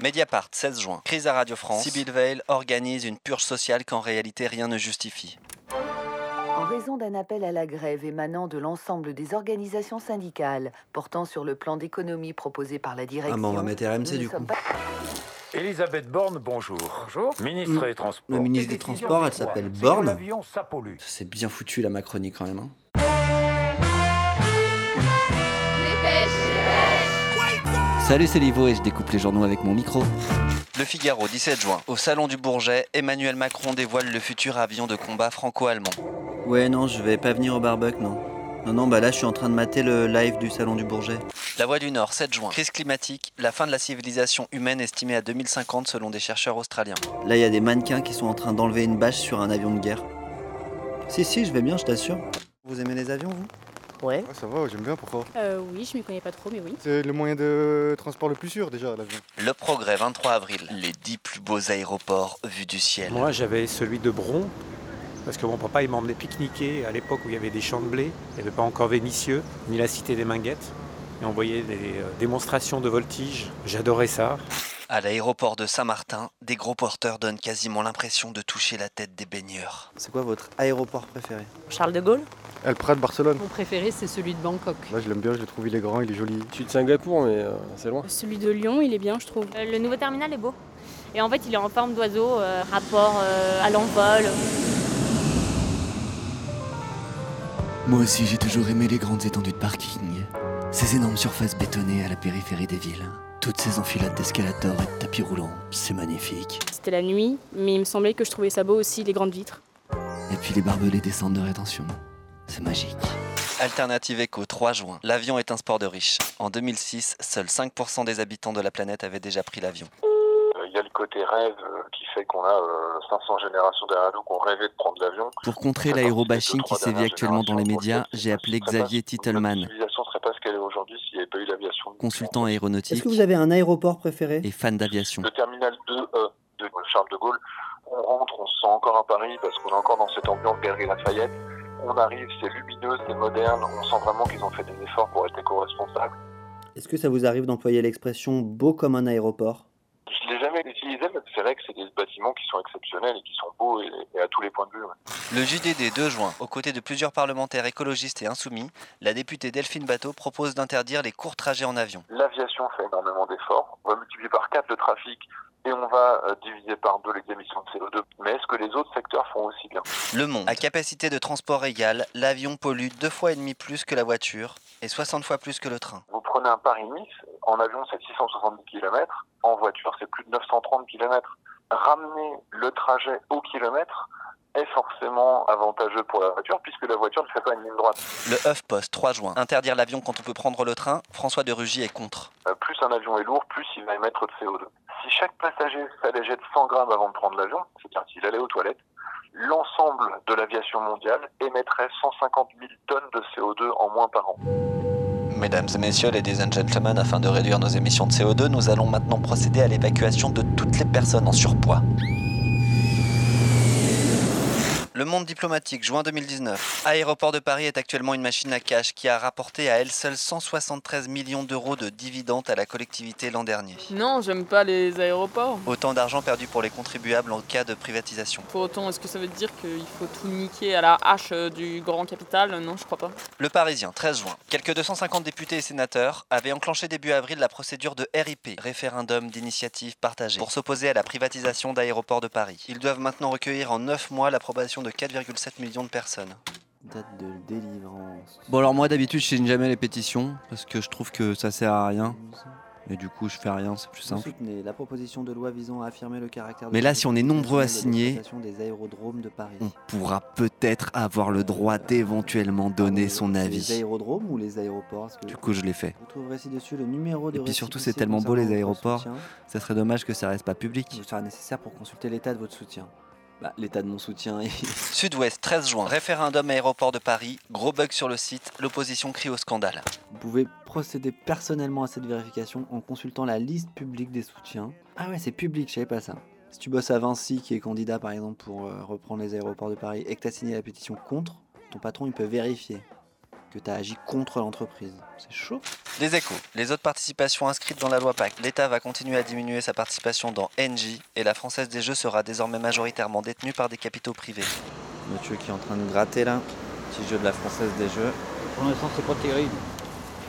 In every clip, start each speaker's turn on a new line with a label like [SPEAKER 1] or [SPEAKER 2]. [SPEAKER 1] Mediapart, 16 juin. Crise à Radio France. Sibyl Veil organise une purge sociale qu'en réalité rien ne justifie.
[SPEAKER 2] En raison d'un appel à la grève émanant de l'ensemble des organisations syndicales portant sur le plan d'économie proposé par la direction.
[SPEAKER 3] Ah, bon, on va mettre RMC,
[SPEAKER 2] nous
[SPEAKER 3] du
[SPEAKER 2] ne sommes
[SPEAKER 3] coup.
[SPEAKER 2] pas-
[SPEAKER 4] Elisabeth Borne, bonjour. Bonjour. Ministre
[SPEAKER 3] Mm.
[SPEAKER 4] des Transports.
[SPEAKER 3] Le ministre des
[SPEAKER 4] Décision
[SPEAKER 3] Transports, elle
[SPEAKER 4] froides.
[SPEAKER 3] s'appelle
[SPEAKER 4] Si
[SPEAKER 3] Borne.
[SPEAKER 4] L'avion, ça pollue.
[SPEAKER 3] C'est bien foutu la Macronie quand même. hein. Salut, c'est Livo et je découpe les journaux avec mon micro.
[SPEAKER 1] Le Figaro, 17 juin. Au Salon du Bourget, Emmanuel Macron dévoile le futur avion de combat franco-allemand.
[SPEAKER 3] Ouais, non, je vais pas venir au barbuck, non. Non, non, bah là, je suis en train de mater le live du Salon du Bourget.
[SPEAKER 1] La Voix du Nord, 7 juin. Crise climatique, la fin de la civilisation humaine estimée à 2050 selon des chercheurs australiens.
[SPEAKER 3] Là, il y a des mannequins qui sont en train d'enlever une bâche sur un avion de guerre. Si, si, je vais bien, je t'assure. Vous aimez les avions, vous
[SPEAKER 5] Ouais.
[SPEAKER 6] Ah, ça va, j'aime bien, pourquoi
[SPEAKER 7] Euh, oui, je m'y connais pas trop, mais oui.
[SPEAKER 6] C'est le moyen de transport le plus sûr déjà, l'avion.
[SPEAKER 1] Le Progrès, 23 avril. Les 10 plus beaux aéroports vus du ciel.
[SPEAKER 8] Moi, j'avais celui de Bron, parce que mon papa, il m'emmenait pique-niquer à l'époque où il y avait des champs de blé. Il n'y avait pas encore Vénitieux, ni la cité des Minguettes. Et on voyait des euh, démonstrations de voltige. J'adorais ça.
[SPEAKER 1] À l'aéroport de Saint-Martin, des gros porteurs donnent quasiment l'impression de toucher la tête des baigneurs.
[SPEAKER 3] C'est quoi votre aéroport préféré
[SPEAKER 5] Charles de Gaulle
[SPEAKER 6] El Prat de Barcelone.
[SPEAKER 7] Mon préféré, c'est celui de Bangkok.
[SPEAKER 6] Là, je l'aime bien, je le trouve, il est grand, il est joli.
[SPEAKER 9] Je suis de Singapour, mais euh, c'est loin.
[SPEAKER 7] Celui de Lyon, il est bien, je trouve.
[SPEAKER 10] Euh, Le nouveau terminal est beau. Et en fait, il est en forme d'oiseau, euh, rapport euh, à l'envol.
[SPEAKER 11] Moi aussi, j'ai toujours aimé les grandes étendues de parking, ces énormes surfaces bétonnées à la périphérie des villes, toutes ces enfilades d'escalators et de tapis roulants, c'est magnifique.
[SPEAKER 7] C'était la nuit, mais il me semblait que je trouvais ça beau aussi, les grandes vitres.
[SPEAKER 11] Et puis les barbelés descendent de rétention, c'est magique.
[SPEAKER 1] Alternative Eco, 3 juin. L'avion est un sport de riches. En 2006, seuls 5% des habitants de la planète avaient déjà pris l'avion.
[SPEAKER 9] Euh, Il y a le côté rêve euh, qui fait qu'on a 500 générations derrière nous qui ont rêvé de prendre l'avion.
[SPEAKER 3] Pour contrer l'aérobashing qui sévit actuellement dans les médias, j'ai appelé Xavier Titelman,
[SPEAKER 9] civilisation ne serait pas ce qu'elle est aujourd'hui s'il n'y avait pas eu l'aviation.
[SPEAKER 3] consultant aéronautique
[SPEAKER 1] avez
[SPEAKER 3] un aéroport préféré et fan d'aviation.
[SPEAKER 9] Le terminal 2E de Charles de Gaulle, on rentre, on se sent encore à Paris parce qu'on est encore dans cette ambiance Galerie Lafayette. On arrive, c'est lumineux, c'est moderne, on sent vraiment qu'ils ont fait des efforts pour être éco-responsables.
[SPEAKER 3] Est-ce que ça vous arrive d'employer l'expression beau comme un aéroport
[SPEAKER 9] Je ne l'ai jamais utilisé, mais c'est vrai que c'est des bâtiments qui sont exceptionnels et qui sont beaux et, et à tous les points de vue. ouais.
[SPEAKER 1] Le JDD 2 juin, aux côtés de plusieurs parlementaires écologistes et insoumis, la députée Delphine Bateau propose d'interdire les courts trajets en avion.
[SPEAKER 9] L'aviation fait énormément d'efforts. On va multiplier par 4 le trafic et on va euh, diviser par 2 les émissions de CO2. Mais est-ce que les autres secteurs font aussi bien
[SPEAKER 1] Le Monde, à capacité de transport égale, l'avion pollue deux fois et demi plus que la voiture et 60 fois plus que le train.
[SPEAKER 9] Vous prenez un Paris-Nice, en avion c'est 670 km, en voiture c'est plus de 930 km. Ramener le trajet au kilomètre est forcément avantageux pour la voiture puisque la voiture ne fait pas une ligne droite.
[SPEAKER 1] Le HuffPost, 3 juin, interdire l'avion quand on peut prendre le train, François de Rugy est contre.
[SPEAKER 9] Euh, plus un avion est lourd, plus il va émettre de CO2. Si chaque passager s'allégeait de 100 grammes avant de prendre l'avion, c'est-à-dire s'il allait aux toilettes, l'ensemble de l'aviation mondiale émettrait 150 000 tonnes de CO2 en moins par an.
[SPEAKER 1] Mesdames et messieurs, ladies and gentlemen, afin de réduire nos émissions de CO2, nous allons maintenant procéder à l'évacuation de toutes les personnes en surpoids. Le monde diplomatique, juin 2019. Aéroport de Paris est actuellement une machine à cash qui a rapporté à elle seule 173 millions d'euros de dividendes à la collectivité l'an dernier.
[SPEAKER 5] Non, j'aime pas les aéroports.
[SPEAKER 1] Autant d'argent perdu pour les contribuables en cas de privatisation.
[SPEAKER 5] Pour autant, est-ce que ça veut dire qu'il faut tout niquer à la hache euh, du grand capital Non, je crois pas.
[SPEAKER 1] Le Parisien, 13 juin. Quelques 250 députés et sénateurs avaient enclenché début avril la procédure de RIP, référendum d'initiative partagée, pour s'opposer à la privatisation d'aéroports de Paris. Ils doivent maintenant recueillir en 9 mois l'approbation de 4,7 millions de personnes.
[SPEAKER 3] Date de délivrance. Bon alors moi d'habitude je signe jamais les pétitions parce que je trouve que ça sert à rien et du coup je fais rien, c'est plus simple.
[SPEAKER 11] soutenez la proposition de loi visant à affirmer le caractère.
[SPEAKER 3] Mais là si on est nombreux à signer,
[SPEAKER 11] des aérodromes de Paris.
[SPEAKER 3] on pourra peut-être avoir le droit d'éventuellement donner son avis.
[SPEAKER 11] aérodromes ou Ah, les aéroports
[SPEAKER 3] Du coup je l'ai fait.
[SPEAKER 11] Vous trouverez ci-dessus le numéro
[SPEAKER 3] de Et puis surtout, récépissé c'est tellement beau, les concernant votre aéroports. Ça serait dommage que ça reste pas public.
[SPEAKER 11] Il vous sera nécessaire pour consulter l'état de votre soutien. Bah, l'état de mon soutien est...
[SPEAKER 1] Sud-Ouest, 13 juin. Référendum aéroport de Paris. Gros bug sur le site. L'opposition crie au scandale.
[SPEAKER 11] Vous pouvez procéder personnellement à cette vérification en consultant la liste publique des soutiens. Ah ouais, c'est public, je savais pas ça. Si tu bosses à Vinci, qui est candidat par exemple pour euh, reprendre les aéroports de Paris, et que t'as signé la pétition contre, ton patron il peut vérifier que
[SPEAKER 3] que tu as agi contre l'entreprise. C'est chaud.
[SPEAKER 1] Les échos. Les autres participations inscrites dans la loi PAC. L'État va continuer à diminuer sa participation dans Engie et la Française des Jeux sera désormais majoritairement détenue par des capitaux privés.
[SPEAKER 3] Mathieu qui est en train de gratter là. Petit jeu de la française des jeux.
[SPEAKER 12] Pour l'instant, c'est pas terrible.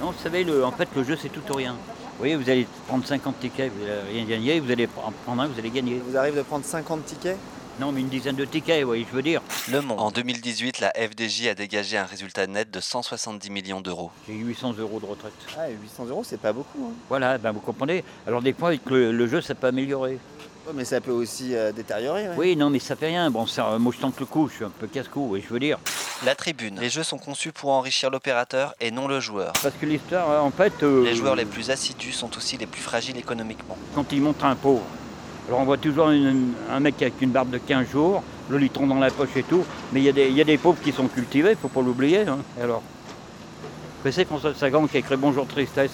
[SPEAKER 12] Non, vous savez, le, en fait, le jeu, c'est tout ou rien. Vous voyez, vous allez prendre 50 tickets, vous n'allez rien gagner, vous allez en prendre un, vous allez gagner.
[SPEAKER 3] Vous arrive de prendre 50 tickets
[SPEAKER 12] Non, mais une dizaine de tickets, vous voyez, je veux dire.
[SPEAKER 1] Le Monde. En 2018, la FDJ a dégagé un résultat net de 170 millions d'euros.
[SPEAKER 12] J'ai 800 euros de retraite.
[SPEAKER 3] Ah, et 800 euros, c'est pas beaucoup. hein.
[SPEAKER 12] Voilà, ben vous comprenez. Alors, des fois, avec le, le jeu, ça peut améliorer.
[SPEAKER 3] Ouais, mais ça peut aussi euh, détériorer. ouais.
[SPEAKER 12] Oui, non, mais ça fait rien. Bon, ça, moi, je tente le coup, je suis un peu casse-cou, vous voyez, je veux dire.
[SPEAKER 1] La tribune. Les jeux sont conçus pour enrichir l'opérateur et non le joueur.
[SPEAKER 12] Parce que l'histoire, hein, en fait. euh,
[SPEAKER 1] Les joueurs les plus assidus sont aussi les plus fragiles économiquement.
[SPEAKER 12] quand il montre un pauvre. Alors on voit toujours une- un mec avec une barbe de 15 jours, le litron dans la poche et tout, mais il y, a des- il y a des pauvres qui sont cultivés, faut pas l'oublier. hein. Alors, que c'est François Sagan qui a écrit Bonjour Tristesse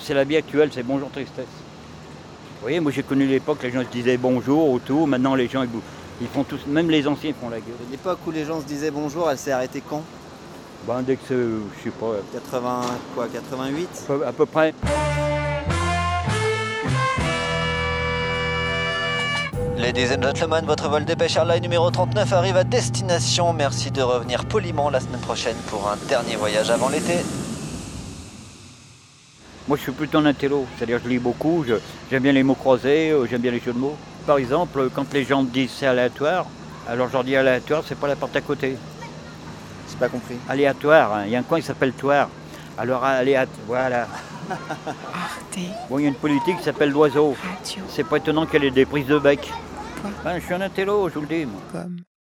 [SPEAKER 12] C'est la vie actuelle, c'est Bonjour Tristesse. Vous voyez, moi j'ai connu l'époque, les gens se disaient bonjour ou tout, maintenant les gens ils, bou- ils font tous, même les anciens ils font la gueule.
[SPEAKER 3] L'époque où les gens se disaient bonjour, elle s'est arrêtée quand
[SPEAKER 12] Ben dès que c'est, euh, je sais pas, euh,
[SPEAKER 3] 80 quoi 88
[SPEAKER 12] à peu- à peu près.
[SPEAKER 1] Ladies and gentlemen, votre vol dépêche Airline numéro 39 arrive à destination. Merci de revenir poliment la semaine prochaine pour un dernier voyage avant l'été.
[SPEAKER 12] Moi, je suis plutôt un intello, c'est-à-dire je lis beaucoup, je- j'aime bien les mots croisés, euh, j'aime bien les jeux de mots. Par exemple, euh, quand les gens me disent c'est aléatoire, alors je leur dis aléatoire, c'est pas la porte à côté.
[SPEAKER 3] J'ai pas compris.
[SPEAKER 12] Aléatoire, hein, il y a un coin qui s'appelle Toire. Alors aléatoire, voilà. Bon, il y a une politique qui s'appelle l'oiseau. C'est pas étonnant qu'elle ait des prises de bec. Ben, je suis un intello, je vous le dis. moi.